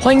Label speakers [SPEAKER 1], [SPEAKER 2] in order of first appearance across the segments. [SPEAKER 1] 欢迎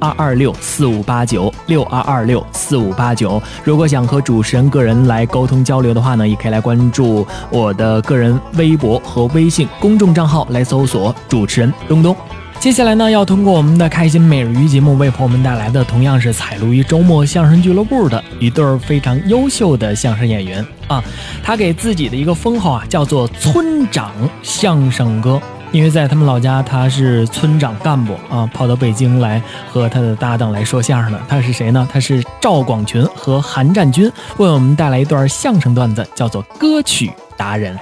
[SPEAKER 1] 二二六四五八九六二二六四五八九。如果想和主持人个人来沟通交流的话呢，也可以来关注我的个人微博和微信公众账号来搜索主持人东东。接下来呢，要通过我们的开心每日鱼节目为朋友们带来的，同样是采录于周末相声俱乐部的一对儿非常优秀的相声演员啊。他给自己的一个封号啊，叫做“村长相声哥”，因为在他们老家他是村长干部啊，跑到北京来和他的搭档来说相声的。他是谁呢？他是赵广群和韩占军，为我们带来一段相声段子，叫做“歌曲达人”。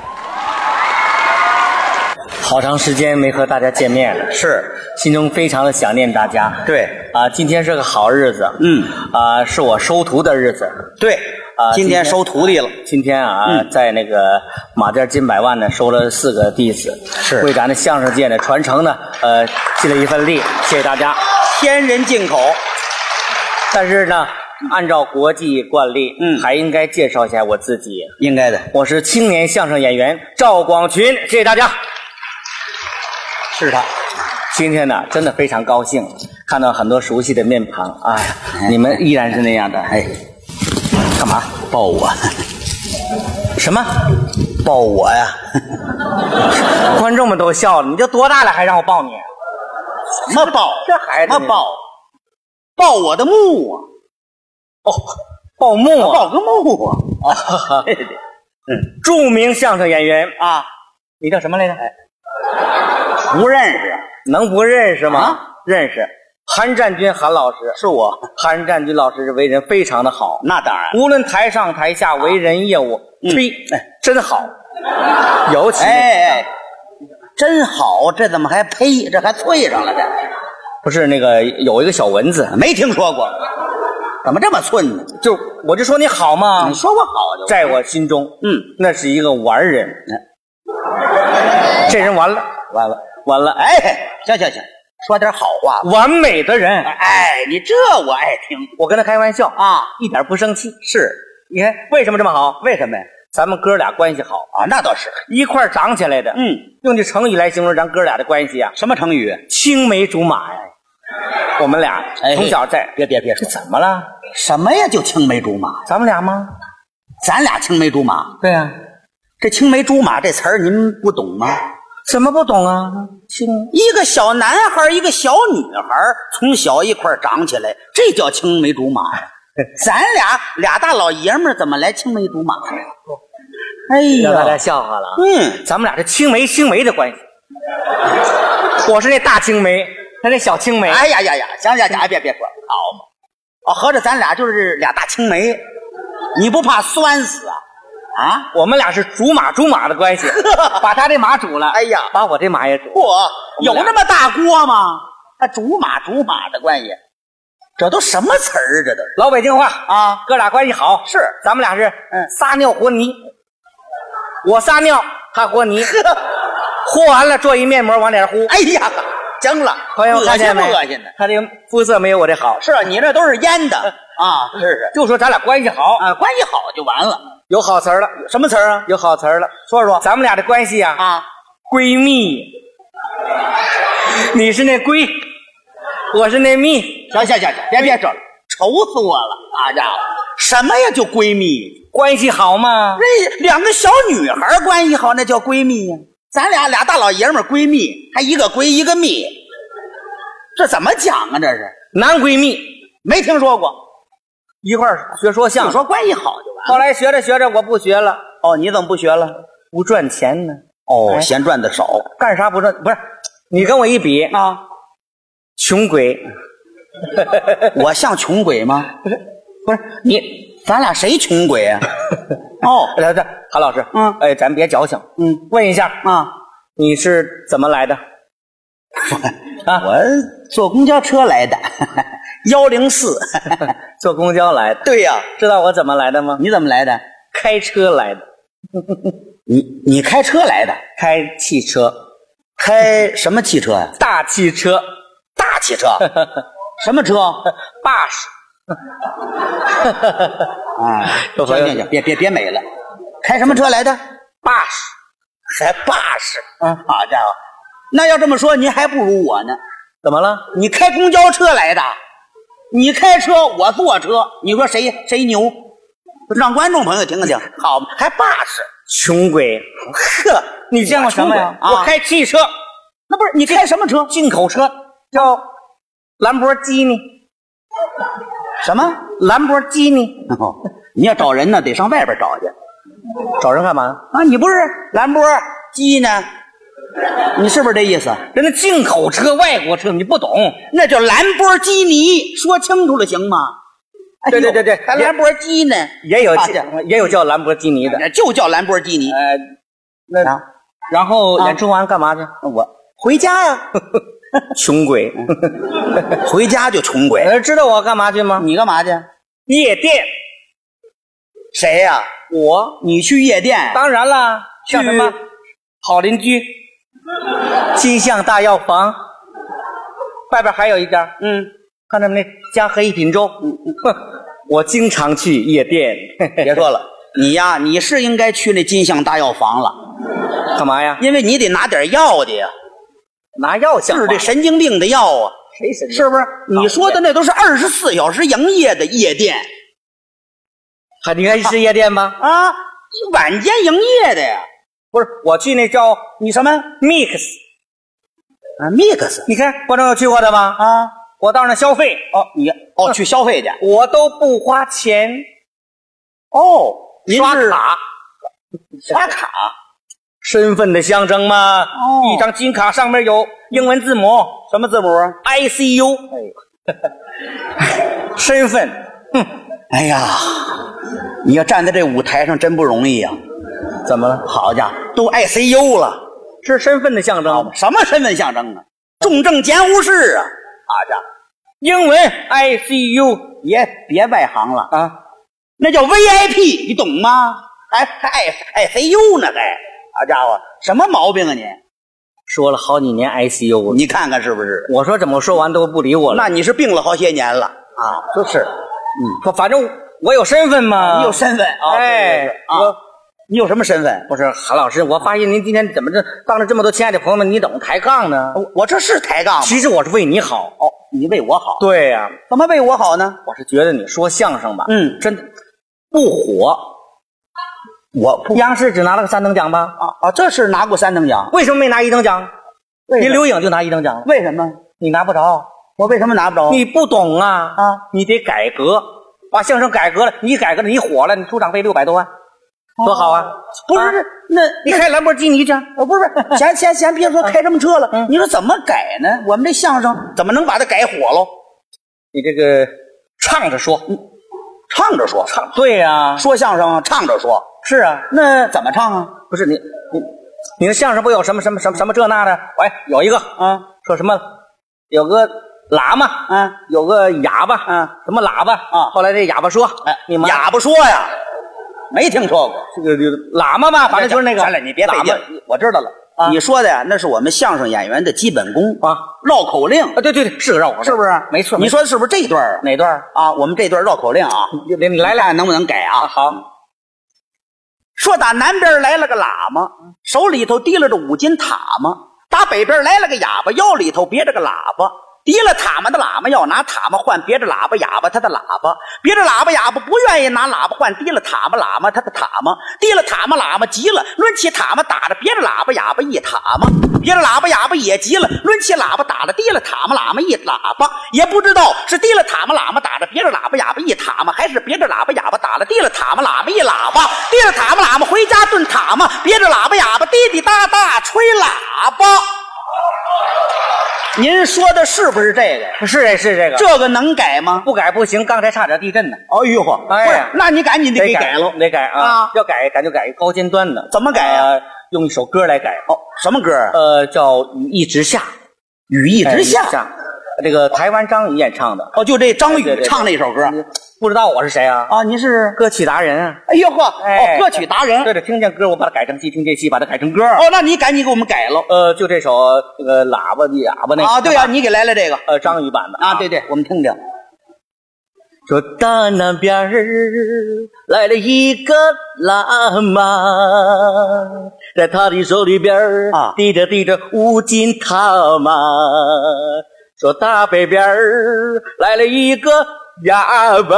[SPEAKER 2] 好长时间没和大家见面了，
[SPEAKER 3] 是
[SPEAKER 2] 心中非常的想念大家。
[SPEAKER 3] 对
[SPEAKER 2] 啊，今天是个好日子，
[SPEAKER 3] 嗯
[SPEAKER 2] 啊，是我收徒的日子。
[SPEAKER 3] 对
[SPEAKER 2] 啊，
[SPEAKER 3] 今天收徒弟了，
[SPEAKER 2] 今天啊，
[SPEAKER 3] 嗯
[SPEAKER 2] 在那个马甸金百万呢，收了四个弟子，
[SPEAKER 3] 是
[SPEAKER 2] 为咱的相声界的传承呢，呃，尽了一份力，谢谢大家。
[SPEAKER 3] 天人进口。
[SPEAKER 2] 但是呢，按照国际惯例，
[SPEAKER 3] 嗯
[SPEAKER 2] 还应该介绍一下我自己。
[SPEAKER 3] 应该的，
[SPEAKER 2] 我是青年相声演员赵广群，谢谢大家。
[SPEAKER 3] 是他。
[SPEAKER 2] 今天呢，真的非常高兴，看到很多熟悉的面庞啊！
[SPEAKER 3] 哎
[SPEAKER 2] 你们依然是那样的，哎，干嘛
[SPEAKER 3] 抱我，
[SPEAKER 2] 什么？
[SPEAKER 3] 抱我呀！
[SPEAKER 2] 观众们都笑了，你都多大了还让我抱你？啊
[SPEAKER 3] 什么抱？
[SPEAKER 2] 这孩子
[SPEAKER 3] 什么抱？抱我的木啊！
[SPEAKER 2] 哦，报幕啊！
[SPEAKER 3] 抱个木啊！
[SPEAKER 2] 嗯著名相声演员啊，
[SPEAKER 3] 啊，
[SPEAKER 2] 你叫什么来着？
[SPEAKER 3] 不认识，
[SPEAKER 2] 能不认识吗？
[SPEAKER 3] 啊
[SPEAKER 2] 认识，韩占军韩老师
[SPEAKER 3] 是我。
[SPEAKER 2] 韩占军老师为人非常的好，
[SPEAKER 3] 那当然。
[SPEAKER 2] 无论台上台下为人业务，
[SPEAKER 3] 嗯
[SPEAKER 2] 呸、真 好。尤其、
[SPEAKER 3] 哎哎，真好，这怎么还呸？这还脆上了这？
[SPEAKER 2] 不是那个有一个小蚊子，
[SPEAKER 3] 没听说过，怎么这么寸呢？
[SPEAKER 2] 就我就说你好嘛，
[SPEAKER 3] 啊你说我好就
[SPEAKER 2] 在我心中，
[SPEAKER 3] 嗯，
[SPEAKER 2] 那是一个完人。这人完了，
[SPEAKER 3] 完了。
[SPEAKER 2] 完了，哎，
[SPEAKER 3] 哎，行行行，说点好话吧。
[SPEAKER 2] 完美的人。
[SPEAKER 3] 哎，你这我爱听
[SPEAKER 2] 我跟他开玩笑啊，
[SPEAKER 3] 啊。
[SPEAKER 2] 一点不生气。
[SPEAKER 3] 是
[SPEAKER 2] 你看为什么这么好？
[SPEAKER 3] 为什么呀？
[SPEAKER 2] 咱们哥俩关系好，
[SPEAKER 3] 啊，那倒是。
[SPEAKER 2] 一块儿长起来的。
[SPEAKER 3] 嗯，
[SPEAKER 2] 用这成语来形容咱哥俩的关系啊，
[SPEAKER 3] 什么成语？
[SPEAKER 2] 青梅竹马呀。我们俩
[SPEAKER 3] 哎
[SPEAKER 2] 从小在，
[SPEAKER 3] 别别别
[SPEAKER 2] 这
[SPEAKER 3] 说，
[SPEAKER 2] 怎么了？
[SPEAKER 3] 什么呀？就青梅竹马，
[SPEAKER 2] 咱们俩吗？
[SPEAKER 3] 咱俩青梅竹马。
[SPEAKER 2] 对啊呀，
[SPEAKER 3] 这青梅竹马这词儿您不懂吗？
[SPEAKER 2] 怎么不懂啊？青
[SPEAKER 3] 一个小男孩儿，一个小女孩儿，从小一块儿长起来，这叫青梅竹马呀。咱俩俩大老爷们儿怎么来青梅竹马呢？哎
[SPEAKER 2] 让大家
[SPEAKER 3] 呀，
[SPEAKER 2] 笑话了啊。
[SPEAKER 3] 嗯，
[SPEAKER 2] 咱们俩是青梅青梅的关系。我是那大青梅，他那小青梅。
[SPEAKER 3] 哎呀呀呀，行行行，哎别别说，好嘛，哦，合着咱俩就是俩大青梅，你不怕酸死啊？啊，
[SPEAKER 2] 我们俩是竹马竹马的 关系，把他这马煮了，
[SPEAKER 3] 哎呀
[SPEAKER 2] 把我这马也煮。
[SPEAKER 3] 嚯，有
[SPEAKER 2] 我们俩
[SPEAKER 3] 那么大锅吗？还竹马竹马的关系，这都什么词儿？啊这都是
[SPEAKER 2] 老北京话，
[SPEAKER 3] 啊，
[SPEAKER 2] 哥俩关系好，是咱们俩是
[SPEAKER 3] 嗯
[SPEAKER 2] 撒尿和泥， 我撒尿，他和泥，和完了做一面膜往脸上糊，
[SPEAKER 3] 哎呀，蒸了，
[SPEAKER 2] 朋友们
[SPEAKER 3] 恶
[SPEAKER 2] 看
[SPEAKER 3] 心
[SPEAKER 2] 见
[SPEAKER 3] 不
[SPEAKER 2] 没？
[SPEAKER 3] 恶心呢？
[SPEAKER 2] 他这个肤色没有我这好，
[SPEAKER 3] 是啊，你这都是腌的啊，是是，
[SPEAKER 2] 就说咱俩关系好，
[SPEAKER 3] 啊，关系好就完了。
[SPEAKER 2] 有好词儿了，
[SPEAKER 3] 什么词儿啊？
[SPEAKER 2] 有好词儿了，说说咱们俩的关系呀、
[SPEAKER 3] 啊，
[SPEAKER 2] 闺蜜，你是那闺，我是那蜜，
[SPEAKER 3] 行行行行，别别说了，愁死我了！大家伙，什么呀叫闺蜜？
[SPEAKER 2] 关系好吗？
[SPEAKER 3] 这两个小女孩关系好，那叫闺蜜呀。咱俩俩大老爷们儿闺蜜，还一个闺一个蜜，这怎么讲啊？这是
[SPEAKER 2] 男闺蜜
[SPEAKER 3] 没听说过。
[SPEAKER 2] 一块儿学说相
[SPEAKER 3] 你
[SPEAKER 2] 声，
[SPEAKER 3] 说关系好就完了。
[SPEAKER 2] 后来学着学着我不学了，
[SPEAKER 3] 哦，你怎么不学了？
[SPEAKER 2] 不赚钱呢，
[SPEAKER 3] 哦
[SPEAKER 2] 哎
[SPEAKER 3] 嫌赚的少
[SPEAKER 2] 干啥不赚？不是，你跟我一比，
[SPEAKER 3] 啊？
[SPEAKER 2] 穷鬼，
[SPEAKER 3] 我像穷鬼吗？哎不是你，咱俩谁穷鬼 啊？哦，
[SPEAKER 2] 来来，韩老师，
[SPEAKER 3] 嗯
[SPEAKER 2] 哎，咱别矫情，
[SPEAKER 3] 嗯
[SPEAKER 2] 问一下，
[SPEAKER 3] 啊，
[SPEAKER 2] 你是怎么来的？啊，
[SPEAKER 3] 我坐公交车来 的，幺零四。
[SPEAKER 2] 坐公交来的，
[SPEAKER 3] 对呀、
[SPEAKER 2] 知道我怎么来的吗？
[SPEAKER 3] 你怎么来的？
[SPEAKER 2] 开车来的，
[SPEAKER 3] 你你开车来的？
[SPEAKER 2] 开汽车，
[SPEAKER 3] 开什么汽车呀、
[SPEAKER 2] 大汽车，
[SPEAKER 3] 大汽车？ 什么车？
[SPEAKER 2] 巴 士。
[SPEAKER 3] 啊，
[SPEAKER 2] 有朋友
[SPEAKER 3] 行行行，别别别美了，开什么车来的？巴士，还巴士？嗯，好家伙，那要这么说，您还不如我呢。
[SPEAKER 2] 怎么了？
[SPEAKER 3] 你开公交车来的，你开车，我坐车，你说谁谁牛？让观众朋友听听，好嘛，还巴士？
[SPEAKER 2] 穷鬼，
[SPEAKER 3] 呵，
[SPEAKER 2] 你见过什么呀？我
[SPEAKER 3] 我开
[SPEAKER 2] 开汽车，
[SPEAKER 3] 那不是你开什么车？
[SPEAKER 2] 进口车，叫兰博基尼，
[SPEAKER 3] 什么？
[SPEAKER 2] 兰博基尼。
[SPEAKER 3] 哦，你要找人呢，得上外边找去
[SPEAKER 2] 找人干嘛？
[SPEAKER 3] 啊！你不是兰博基呢？你是不是这意思？
[SPEAKER 2] 人家进口车、外国车，你不懂。
[SPEAKER 3] 那叫兰博基尼，说清楚了行吗？哎
[SPEAKER 2] 对
[SPEAKER 3] 呦
[SPEAKER 2] 对对对
[SPEAKER 3] 还兰博基呢
[SPEAKER 2] 也有
[SPEAKER 3] 啊
[SPEAKER 2] 这也有叫兰博基尼的。
[SPEAKER 3] 就叫兰博基尼。
[SPEAKER 2] 呃，那
[SPEAKER 3] 啊
[SPEAKER 2] 然后
[SPEAKER 3] 啊
[SPEAKER 2] 演出完干嘛去？
[SPEAKER 3] 我回家呀，
[SPEAKER 2] 穷鬼，
[SPEAKER 3] 回家就穷鬼。
[SPEAKER 2] 呃，知道我干嘛去吗？
[SPEAKER 3] 你干嘛去？
[SPEAKER 2] 夜店，
[SPEAKER 3] 谁呀、
[SPEAKER 2] 我
[SPEAKER 3] 你去夜店？
[SPEAKER 2] 当然啦，
[SPEAKER 3] 去
[SPEAKER 2] 叫什么？好邻居，金象大药房，外边还有一家，
[SPEAKER 3] 嗯，
[SPEAKER 2] 看他们那加黑一品粥，哼，我经常去夜店，
[SPEAKER 3] 别说了，你呀，你是应该去那金象大药房了，
[SPEAKER 2] 干嘛呀？
[SPEAKER 3] 因为你得拿点药去呀，
[SPEAKER 2] 拿药像
[SPEAKER 3] 治
[SPEAKER 2] 话
[SPEAKER 3] 这神经病的药啊，
[SPEAKER 2] 谁神经
[SPEAKER 3] 是不是？你说的那都是二十四小时营业的夜店
[SPEAKER 2] 还你还是夜店吗？
[SPEAKER 3] 啊，晚间营业的呀。
[SPEAKER 2] 不是，我去那叫你什么 mix，
[SPEAKER 3] 啊，mix
[SPEAKER 2] 你看观众有去过的吗？
[SPEAKER 3] 啊，
[SPEAKER 2] 我到那儿消费，
[SPEAKER 3] 哦，你哦去消费去
[SPEAKER 2] 我都不花钱，
[SPEAKER 3] 哦，您
[SPEAKER 2] 刷
[SPEAKER 3] 是
[SPEAKER 2] 卡，
[SPEAKER 3] 刷卡
[SPEAKER 2] 身份的象征嘛。
[SPEAKER 3] 哦
[SPEAKER 2] 一张金卡上面有英文字母啊
[SPEAKER 3] 什么字母？
[SPEAKER 2] 哎 ICU，、身份。
[SPEAKER 3] 哎呀，你要站在这舞台上真不容易呀、
[SPEAKER 2] 怎么了？
[SPEAKER 3] 好家伙，都 ICU 了。
[SPEAKER 2] 是身份的象征。
[SPEAKER 3] 什么身份象征啊？重症监护室啊！好家伙，
[SPEAKER 2] 英文 ICU
[SPEAKER 3] 别别外行了，
[SPEAKER 2] 啊，
[SPEAKER 3] 那叫 VIP，你懂吗？还还爱 ICU 呢还？好家伙，什么毛病啊你？
[SPEAKER 2] 说了好几年 ICU 了。
[SPEAKER 3] 你看看是不是？
[SPEAKER 2] 我说怎么说完都不理我了。
[SPEAKER 3] 那你是病了好些年了啊！
[SPEAKER 2] 就是，嗯，反正我有身份嘛。
[SPEAKER 3] 你有身份啊？
[SPEAKER 2] 哎
[SPEAKER 3] 对对对啊
[SPEAKER 2] 我，
[SPEAKER 3] 你有什么身份？
[SPEAKER 2] 不是韩老师，我发现您今天怎么这当着这么多亲爱的朋友们，你怎么抬杠呢？
[SPEAKER 3] 我我这是抬杠吗？
[SPEAKER 2] 其实我是为你好。
[SPEAKER 3] 哦，你为我好，
[SPEAKER 2] 对呀、
[SPEAKER 3] 怎么为我好呢？
[SPEAKER 2] 我是觉得你说相声吧，
[SPEAKER 3] 嗯
[SPEAKER 2] 真的不火。
[SPEAKER 3] 我不
[SPEAKER 2] 央视只拿了个三等奖吧？
[SPEAKER 3] 啊啊，这是拿过三等奖，
[SPEAKER 2] 为什么没拿一等奖？
[SPEAKER 3] 为什
[SPEAKER 2] 人刘
[SPEAKER 3] 么
[SPEAKER 2] 颖就拿一等奖了，
[SPEAKER 3] 为什么？
[SPEAKER 2] 你拿不着，
[SPEAKER 3] 我为什么拿不着？
[SPEAKER 2] 你不懂啊
[SPEAKER 3] 啊！
[SPEAKER 2] 你得改革，把相声改革了，你改革了，你火了，你出场费六百多万，
[SPEAKER 3] 哦
[SPEAKER 2] 多好啊！
[SPEAKER 3] 不是
[SPEAKER 2] 啊
[SPEAKER 3] 那
[SPEAKER 2] 你开兰博基尼去，
[SPEAKER 3] 呃，不是不 是，先先先别说开什么车了，你说怎么改呢？我们这相声嗯怎么能把它改火喽？
[SPEAKER 2] 你这个唱着说，
[SPEAKER 3] 嗯唱着说，唱
[SPEAKER 2] 对呀，
[SPEAKER 3] 说相声唱着说，
[SPEAKER 2] 是啊，
[SPEAKER 3] 那怎么唱啊？
[SPEAKER 2] 不是你你你的相声不有什么什么什么什么这那的？喂，有一个
[SPEAKER 3] 啊
[SPEAKER 2] 说什么有个喇嘛
[SPEAKER 3] 啊，
[SPEAKER 2] 有个哑巴
[SPEAKER 3] 啊，
[SPEAKER 2] 什么喇叭
[SPEAKER 3] 啊
[SPEAKER 2] 后来这哑巴说，
[SPEAKER 3] 哎，
[SPEAKER 2] 你们
[SPEAKER 3] 哑巴说呀，没听说过，哎
[SPEAKER 2] 这个这个喇嘛嘛，反正就是那个。
[SPEAKER 3] 咱俩你别费
[SPEAKER 2] 喇
[SPEAKER 3] 劲
[SPEAKER 2] 嘛，
[SPEAKER 3] 我知道了，
[SPEAKER 2] 啊
[SPEAKER 3] 你说的呀，那是我们相声演员的基本功
[SPEAKER 2] 啊，
[SPEAKER 3] 绕口令，
[SPEAKER 2] 啊，对对对，是个绕口令，
[SPEAKER 3] 是不是？
[SPEAKER 2] 没错，
[SPEAKER 3] 你说的是不是这一段啊？
[SPEAKER 2] 哪段儿？
[SPEAKER 3] 啊，我们这段绕口令啊，
[SPEAKER 2] 你你来
[SPEAKER 3] 来
[SPEAKER 2] 俩
[SPEAKER 3] 俩能不能改啊？
[SPEAKER 2] 好，
[SPEAKER 3] 说打南边来了个喇嘛，手里头提了着五斤塔嘛；打北边来了个哑巴，腰里头别着个喇叭。提了塔嘛的喇嘛要拿塔嘛换别着喇叭哑巴他的喇叭，别着喇叭哑巴不愿意拿喇叭换提了塔嘛喇嘛他的塔嘛，提了塔嘛喇嘛急了，抡起塔嘛打着别着喇叭哑巴一塔嘛，别着喇叭哑巴也急了，抡起喇叭打着提了塔嘛喇嘛一喇叭，也不知道是提了塔嘛喇嘛打着别着喇叭哑巴一塔嘛，还是别着喇叭哑巴打了提了塔嘛喇嘛一喇叭，提了塔嘛喇嘛回家炖塔嘛，别着喇叭哑巴滴滴答答吹喇叭。您说的是不是这个呀？
[SPEAKER 2] 是这是这个，
[SPEAKER 3] 这个能改吗？
[SPEAKER 2] 不改不行，刚才差点地震呢，
[SPEAKER 3] 哎呦，
[SPEAKER 2] 哎
[SPEAKER 3] 不
[SPEAKER 2] 呀
[SPEAKER 3] 是，那你赶紧得给改
[SPEAKER 2] 改
[SPEAKER 3] 喽。
[SPEAKER 2] 得改啊
[SPEAKER 3] 啊，
[SPEAKER 2] 要改咱就改高尖端的，
[SPEAKER 3] 怎么改啊呀
[SPEAKER 2] 呃？用一首歌来改，
[SPEAKER 3] 哦，什么歌？
[SPEAKER 2] 呃，叫《雨一直下》，
[SPEAKER 3] 雨一
[SPEAKER 2] 哎
[SPEAKER 3] 直下。，
[SPEAKER 2] 这个台湾张宇演唱的，
[SPEAKER 3] 哦，就这张
[SPEAKER 2] 对对
[SPEAKER 3] 宇
[SPEAKER 2] 对
[SPEAKER 3] 唱那首歌
[SPEAKER 2] 不知道我是谁啊？
[SPEAKER 3] 啊，您是？
[SPEAKER 2] 歌曲达人啊，
[SPEAKER 3] 哎呦呵，哦
[SPEAKER 2] 哎，
[SPEAKER 3] 歌曲达人。
[SPEAKER 2] 对对，听见歌我把它改成戏，听见戏把它改成歌。
[SPEAKER 3] 哦，那你赶紧给我们改喽。
[SPEAKER 2] 呃，就这首这个喇叭的哑巴那个
[SPEAKER 3] 啊，对呀，你给来了这个
[SPEAKER 2] 呃，张宇版的
[SPEAKER 3] 啊，对对，我们听听。
[SPEAKER 2] 说大南边儿来了一个喇嘛，在他的手里边儿
[SPEAKER 3] 啊
[SPEAKER 2] 提着提着五斤塔嘛。说大北边儿来了一个哑巴，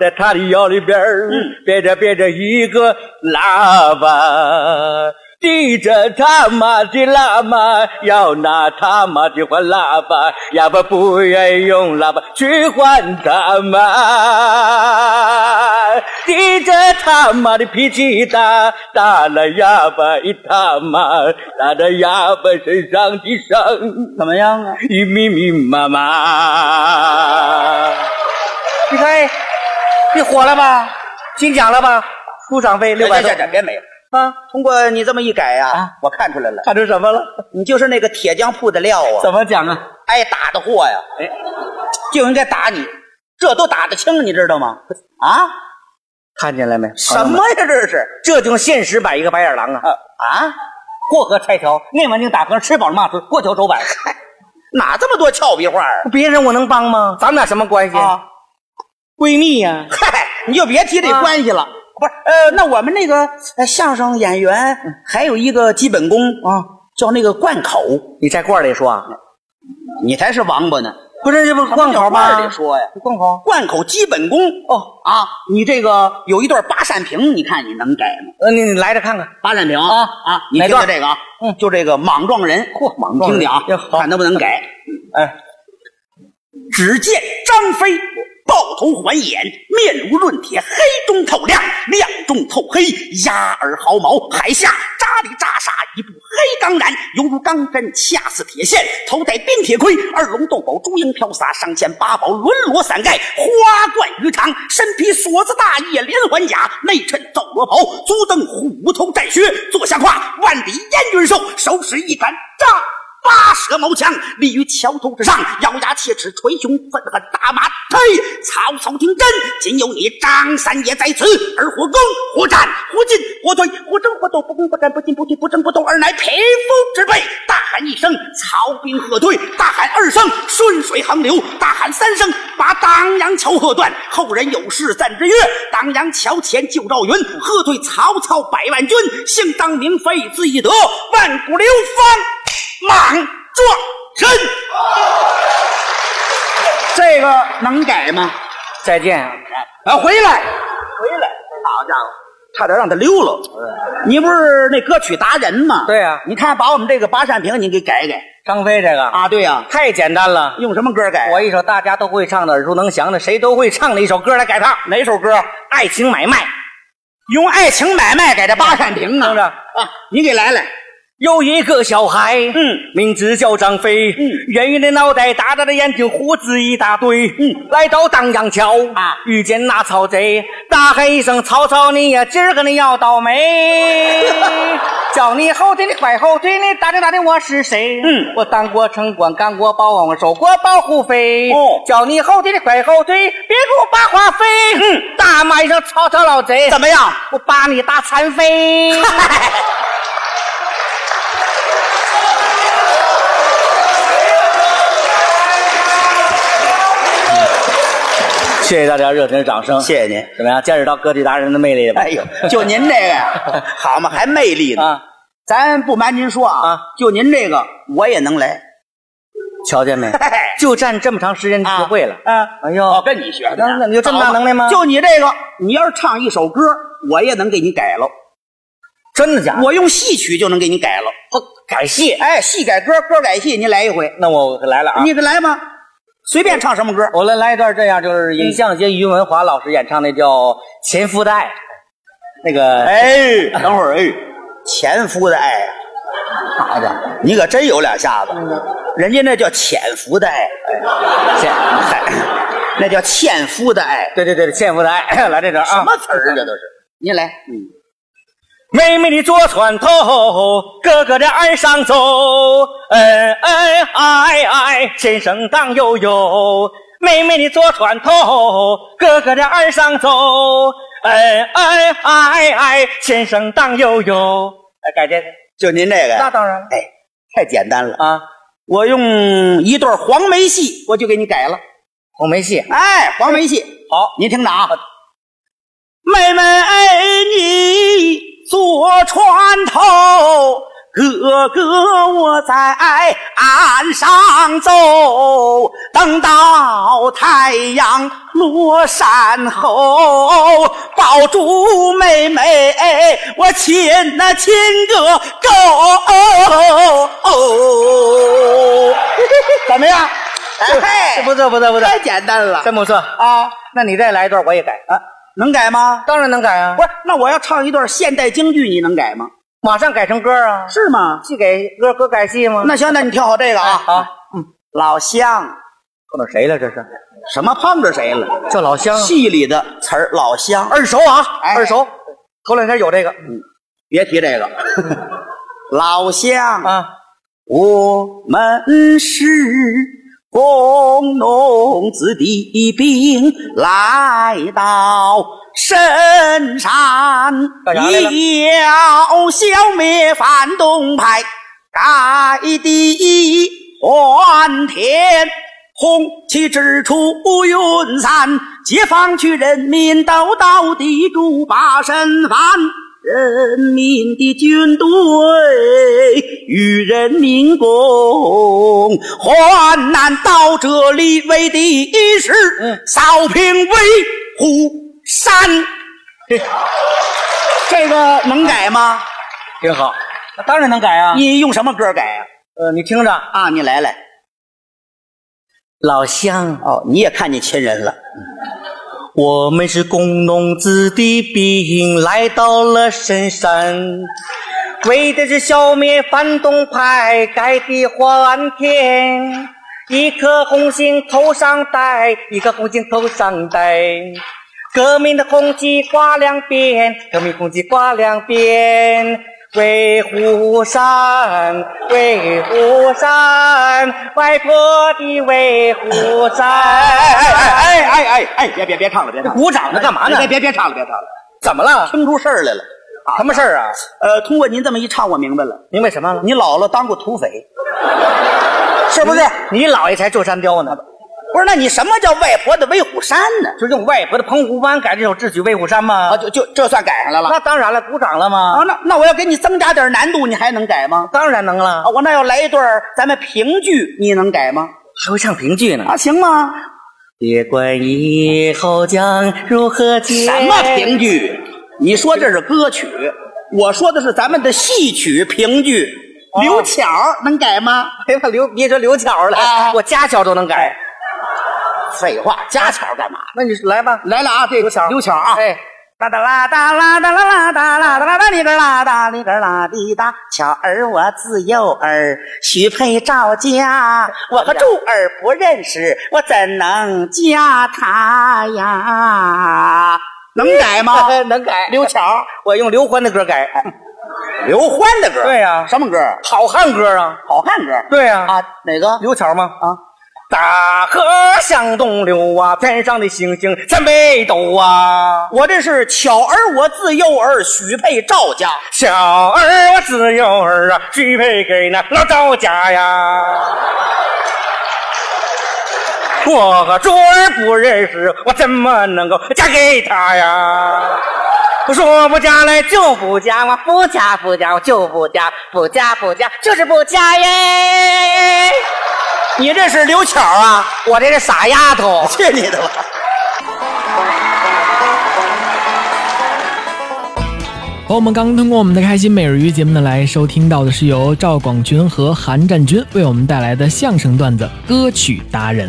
[SPEAKER 2] 在他的腰里边儿别着别着一个喇叭。提着他妈的喇嘛，要拿他妈的换喇叭，哑巴不愿意用喇叭去换他妈。提着他妈的脾气大，打了哑巴一他妈，打的哑巴身上的伤
[SPEAKER 3] 怎么样啊？
[SPEAKER 2] 一密密麻麻。你看，你火了吧？金奖了吧？出场费六百多
[SPEAKER 3] 行行行别美了
[SPEAKER 2] 啊！
[SPEAKER 3] 通过你这么一改呀
[SPEAKER 2] 啊，
[SPEAKER 3] 我看出来了，
[SPEAKER 2] 看出什么了？
[SPEAKER 3] 你就是那个铁匠铺的料啊，
[SPEAKER 2] 怎么讲啊？
[SPEAKER 3] 挨打的货呀，
[SPEAKER 2] 哎，
[SPEAKER 3] 就应该打你，这都打得轻，你知道吗？啊，
[SPEAKER 2] 看见了没？
[SPEAKER 3] 什么呀这是？
[SPEAKER 2] 这就现实版一个白眼狼啊！
[SPEAKER 3] 啊，
[SPEAKER 2] 过河拆桥，念完经打嗝，吃饱了骂村，过桥走板。
[SPEAKER 3] 哪这么多俏皮话啊？
[SPEAKER 2] 别人我能帮吗？咱们俩什么关系？
[SPEAKER 3] 啊，
[SPEAKER 2] 闺蜜 呀、啊
[SPEAKER 3] 嗨，你就别提这关系了。不是，呃，那我们那个、呃、相声演员还有一个基本功啊，叫那个贯口。
[SPEAKER 2] 你在罐里说啊？
[SPEAKER 3] 你才是王八呢！
[SPEAKER 2] 不是，这不是
[SPEAKER 3] 什么
[SPEAKER 2] 贯
[SPEAKER 3] 叫
[SPEAKER 2] 口
[SPEAKER 3] 腕儿
[SPEAKER 2] 吗
[SPEAKER 3] 里？说呀，
[SPEAKER 2] 贯口。
[SPEAKER 3] 贯口基本功哦啊！你这个有一段八扇屏，你看你能改吗？
[SPEAKER 2] 呃，你你来这看看。
[SPEAKER 3] 八扇屏
[SPEAKER 2] 啊
[SPEAKER 3] 啊！你听
[SPEAKER 2] 哪
[SPEAKER 3] 听
[SPEAKER 2] 段
[SPEAKER 3] 这个啊，
[SPEAKER 2] 嗯
[SPEAKER 3] 就这个莽撞人，嚯，莽
[SPEAKER 2] 撞
[SPEAKER 3] 听
[SPEAKER 2] 人
[SPEAKER 3] 听啊
[SPEAKER 2] 哎好，
[SPEAKER 3] 看能不能改。
[SPEAKER 2] 哎，
[SPEAKER 3] 只见张飞抱头还眼，面如润铁，黑中透亮，亮中透黑，压而毫毛，海下扎里扎煞，一部黑钢髯，犹如钢针，恰似铁线，头戴冰铁盔，二龙斗宝，珠缨飘洒，上嵌八宝，轮罗伞盖，花冠鱼肠，身披锁子大叶连环甲，内衬斗罗袍，足蹬虎头战靴，坐下胯，万里烟云兽，手使一杆丈。八蛇矛枪立于桥头之上，咬牙切齿，捶胸愤恨，打马呸！曹操听真，仅有你张三爷在此，而活攻、活战、活进、活退、活争、活斗，不攻不战，不进不退，不争不斗，而乃匹夫之辈。大喊一声，曹兵喝退；大喊二声，顺水横流；大喊三声，把当阳桥喝断。后人有诗赞之曰：“当阳桥前救赵云，喝退曹操百万军。姓张名飞，字翼德，万古流芳。”莽撞人，这个能改吗？
[SPEAKER 2] 再见啊。
[SPEAKER 3] 啊，回来，回来，好家伙，差点让他溜了。你不是那歌曲达人吗？
[SPEAKER 2] 嗯对啊呀
[SPEAKER 3] 你看把我们这个八扇屏你给改改
[SPEAKER 2] 张飞这个
[SPEAKER 3] 啊，对呀、
[SPEAKER 2] 太简单了。
[SPEAKER 3] 用什么歌改？啊
[SPEAKER 2] 我一首大家都会唱的、耳熟能详的、谁都会唱的一首歌来改唱。
[SPEAKER 3] 哪首歌？
[SPEAKER 2] 爱情买卖，
[SPEAKER 3] 用爱情买卖改这八扇屏啊！
[SPEAKER 2] 听着
[SPEAKER 3] 啊，你给来来，
[SPEAKER 2] 有一个小孩，
[SPEAKER 3] 嗯
[SPEAKER 2] 名字叫张飞，嗯圆圆的脑袋，大大的眼睛，胡子一大堆，
[SPEAKER 3] 嗯，
[SPEAKER 2] 来到当阳桥
[SPEAKER 3] 啊
[SPEAKER 2] 遇见那曹贼，大喊一声：“曹操你呀，今儿个你要倒霉！” 叫你后退，你快后退！你打听打听我是谁？
[SPEAKER 3] 嗯
[SPEAKER 2] 我当过城管，干过保安，我守过保护费。
[SPEAKER 3] 哦
[SPEAKER 2] 叫你后退，你快后退！别给我扒花飞！嗯，大骂一声：“曹操老贼！”
[SPEAKER 3] 怎么样？
[SPEAKER 2] 我把你打残废！谢谢大家热情的掌声，
[SPEAKER 3] 谢谢您。
[SPEAKER 2] 怎么样？见识到各地达人的魅力了吧？
[SPEAKER 3] 哎呦，就您这 个呀，好嘛，还魅力呢。
[SPEAKER 2] 啊，
[SPEAKER 3] 咱不瞒您说啊，
[SPEAKER 2] 啊
[SPEAKER 3] 就您这个，我也能来。
[SPEAKER 2] 瞧见没？
[SPEAKER 3] 嘿嘿
[SPEAKER 2] 就占这么长时间就学会了。
[SPEAKER 3] 啊，
[SPEAKER 2] 哎呦
[SPEAKER 3] 我跟你学的
[SPEAKER 2] 那那你有这么大
[SPEAKER 3] 好吧
[SPEAKER 2] 能耐吗
[SPEAKER 3] 就你这个，你要是唱一首歌，我也能给你改了。
[SPEAKER 2] 真的假的？
[SPEAKER 3] 我用戏曲就能给你改了。
[SPEAKER 2] 改戏，
[SPEAKER 3] 哎，戏改歌，歌改戏，您来一回，
[SPEAKER 2] 那我来了啊！
[SPEAKER 3] 你给来吧，随便唱什么歌。
[SPEAKER 2] 我来来一段这样，就是尹相杰、于文华老师演唱那叫《前夫的爱》，那个
[SPEAKER 3] 哎，等会儿，哎，前夫的 爱，好家伙，你可真有两下子。人家那叫潜伏的爱，嗯 潜，嗨那叫纤夫的爱。
[SPEAKER 2] 对对对，《前夫的爱》 来这段啊。
[SPEAKER 3] 什么词儿啊？这都是。嗯您来，
[SPEAKER 2] 妹妹的坐船头，哥哥的岸上走，呃哎恩恩爱爱，琴声荡悠悠。妹妹的坐船头，哥哥的岸上走，呃哎恩恩爱爱，琴声荡悠悠。哎，改这个，
[SPEAKER 3] 就您这个呀。
[SPEAKER 2] 那当然了
[SPEAKER 3] 哎，太简单了。
[SPEAKER 2] 啊，
[SPEAKER 3] 我用一段黄梅戏，我就给你改了。
[SPEAKER 2] 我没戏。
[SPEAKER 3] 哎，黄梅戏，
[SPEAKER 2] 好，
[SPEAKER 3] 您听着啊。妹妹，你坐船头，哥哥我在岸上走，等到太阳落山后，抱住妹妹，我亲那亲个够。怎么样？哎，
[SPEAKER 2] 不错不错不错，
[SPEAKER 3] 太简单了。
[SPEAKER 2] 真不错啊。那你再来一段，我也改啊。
[SPEAKER 3] 能改吗？
[SPEAKER 2] 当然能改啊
[SPEAKER 3] 不，是，那我要唱一段现代京剧，你能改吗？
[SPEAKER 2] 马上改成歌啊。
[SPEAKER 3] 是吗？
[SPEAKER 2] 戏给歌歌改戏吗？
[SPEAKER 3] 那行，那你挑好这个啊。
[SPEAKER 2] 好，
[SPEAKER 3] 老乡，
[SPEAKER 2] 碰到谁了？这是
[SPEAKER 3] 什么碰着谁了？
[SPEAKER 2] 叫老乡啊。
[SPEAKER 3] 戏里的词儿，老乡，
[SPEAKER 2] 耳熟啊，
[SPEAKER 3] 哎
[SPEAKER 2] 耳熟。头两天有这个
[SPEAKER 3] 别提这个。老乡，
[SPEAKER 2] 啊，
[SPEAKER 3] 我们是工农子弟兵，来到深山
[SPEAKER 2] 干啥来了，
[SPEAKER 3] 要消灭反动派，盖地还田。红旗之处云散，解放区人民斗到地主把身翻。人民的军队与人民共，患难到这里为第一时，扫平威虎山。这个能改吗？
[SPEAKER 2] 挺好。那当然能改啊。
[SPEAKER 3] 你用什么歌改啊？
[SPEAKER 2] 呃，你听着，
[SPEAKER 3] 啊，你来来。
[SPEAKER 2] 老乡，
[SPEAKER 3] 哦，你也看见亲人了。
[SPEAKER 2] 我们是工农子弟兵，来到了深山，为的是消灭反动派，改地还田。一颗红星头上戴，一颗红星头上戴，革命的红旗挂两边，革命红旗挂两边。威虎山，威虎山，外婆的威虎山。
[SPEAKER 3] 哎哎哎哎哎哎哎！别别别唱了，别唱了！
[SPEAKER 2] 鼓掌呢干嘛呢
[SPEAKER 3] 别别别唱了，别唱了！
[SPEAKER 2] 怎么了？
[SPEAKER 3] 听出事儿来了。
[SPEAKER 2] 什么事儿啊？
[SPEAKER 3] 呃，通过您这么一唱，我明白了，
[SPEAKER 2] 明白什么了？
[SPEAKER 3] 你姥姥当过土匪，是不是？
[SPEAKER 2] 你姥爷才坐山雕呢，
[SPEAKER 3] 不是，那你什么叫外婆的威虎山呢？
[SPEAKER 2] 就用外婆的澎湖湾改这首《智取威虎山》吗？
[SPEAKER 3] 啊，就就这算改上来了
[SPEAKER 2] 那。当然了，鼓掌了吗？
[SPEAKER 3] 啊，那那我要给你增加点难度，你还能改吗？
[SPEAKER 2] 当然能了
[SPEAKER 3] 啊，，我那要来一段儿咱们评剧，你能改吗？
[SPEAKER 2] 还会唱评剧呢。
[SPEAKER 3] 啊，行吗？
[SPEAKER 2] 别管以后将如何结
[SPEAKER 3] 什么评剧？你说这是歌曲，我说的是咱们的戏曲评剧。
[SPEAKER 2] 哦
[SPEAKER 3] 刘巧儿能改吗？ 哎
[SPEAKER 2] 别把刘别说刘巧了，
[SPEAKER 3] 啊
[SPEAKER 2] 我家巧都能改。
[SPEAKER 3] 废话，家巧干嘛？
[SPEAKER 2] 那你来吧，
[SPEAKER 3] 来了啊，这刘巧，刘巧啊，
[SPEAKER 2] 哎，
[SPEAKER 3] 啦哒啦哒啦哒啦啦哒啦哒啦哒哩个啦哒哩个啦滴哒，巧儿我自幼儿许配赵家，我和柱儿不认识，我怎能嫁他呀？ 能改吗？
[SPEAKER 2] 能改。
[SPEAKER 3] 刘巧，
[SPEAKER 2] 我用刘欢的歌改，
[SPEAKER 3] 刘欢的歌，
[SPEAKER 2] 对呀
[SPEAKER 3] 什么歌？
[SPEAKER 2] 好汉歌啊，
[SPEAKER 3] 好汉歌，
[SPEAKER 2] 对呀，
[SPEAKER 3] 啊，哪个？
[SPEAKER 2] 刘巧吗？
[SPEAKER 3] 啊，
[SPEAKER 2] 大河向东流啊，天上的星星参北斗啊。
[SPEAKER 3] 我这是巧儿我自幼儿许配赵家，
[SPEAKER 2] 小儿我自幼儿啊， 许配给那老赵家呀。我昨儿不认识，我怎么能够嫁给他呀？说不嫁来就不嫁，我不嫁不嫁，我就不嫁，不嫁不嫁，就是不嫁耶！你这是刘巧啊，我这是傻丫头。
[SPEAKER 3] 去你的吧！
[SPEAKER 4] 好，我们刚刚通过我们的开心每日鱼节目呢，来收听到的是由赵广军和韩战军为我们带来的相声段子《歌曲达人》。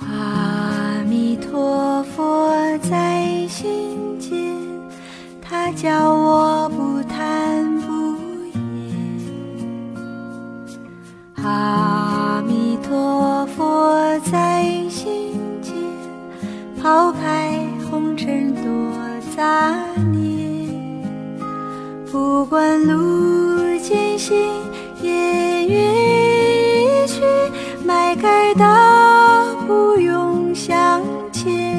[SPEAKER 5] 阿弥陀佛在心间，他教我不贪不厌。阿弥陀佛在心间，抛开红尘多杂念。不管路艰辛，也愿意去迈开大步勇向前。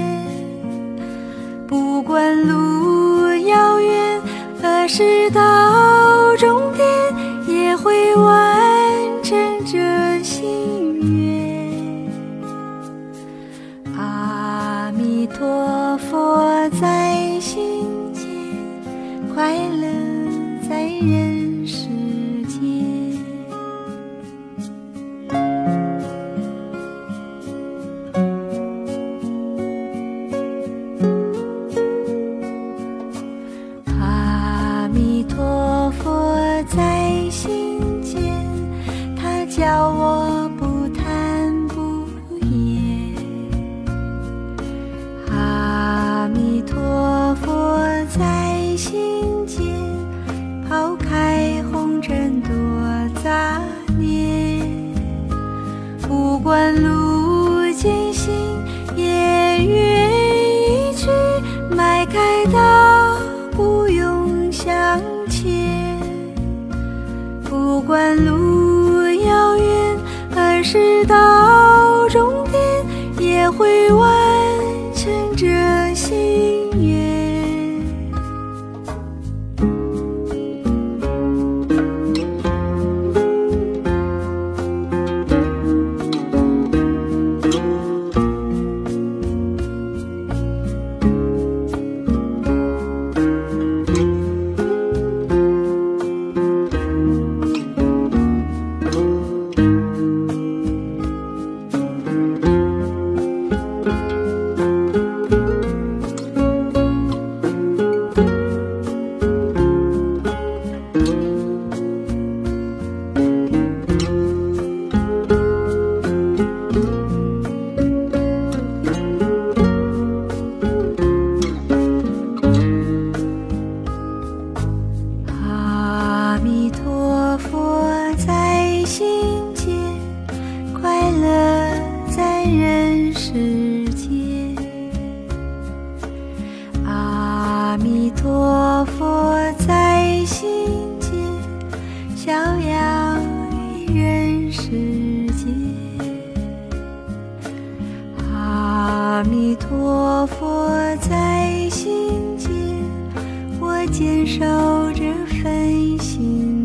[SPEAKER 5] 不管路遥远，何时到终点，也会完成这心愿。阿弥陀佛在心间，快乐在人世间。阿弥陀佛在心间，他教我不贪不厌。阿弥陀佛在心间，抛开红尘多杂念。不管路艰辛，也愿意去迈开大步勇向前。不管路遥远，何时到终点，也会完成这心愿。阿弥陀佛在心间，快乐在人世间。阿弥陀佛在心间，逍遥于人世间。阿弥陀佛在心间。我坚守这份信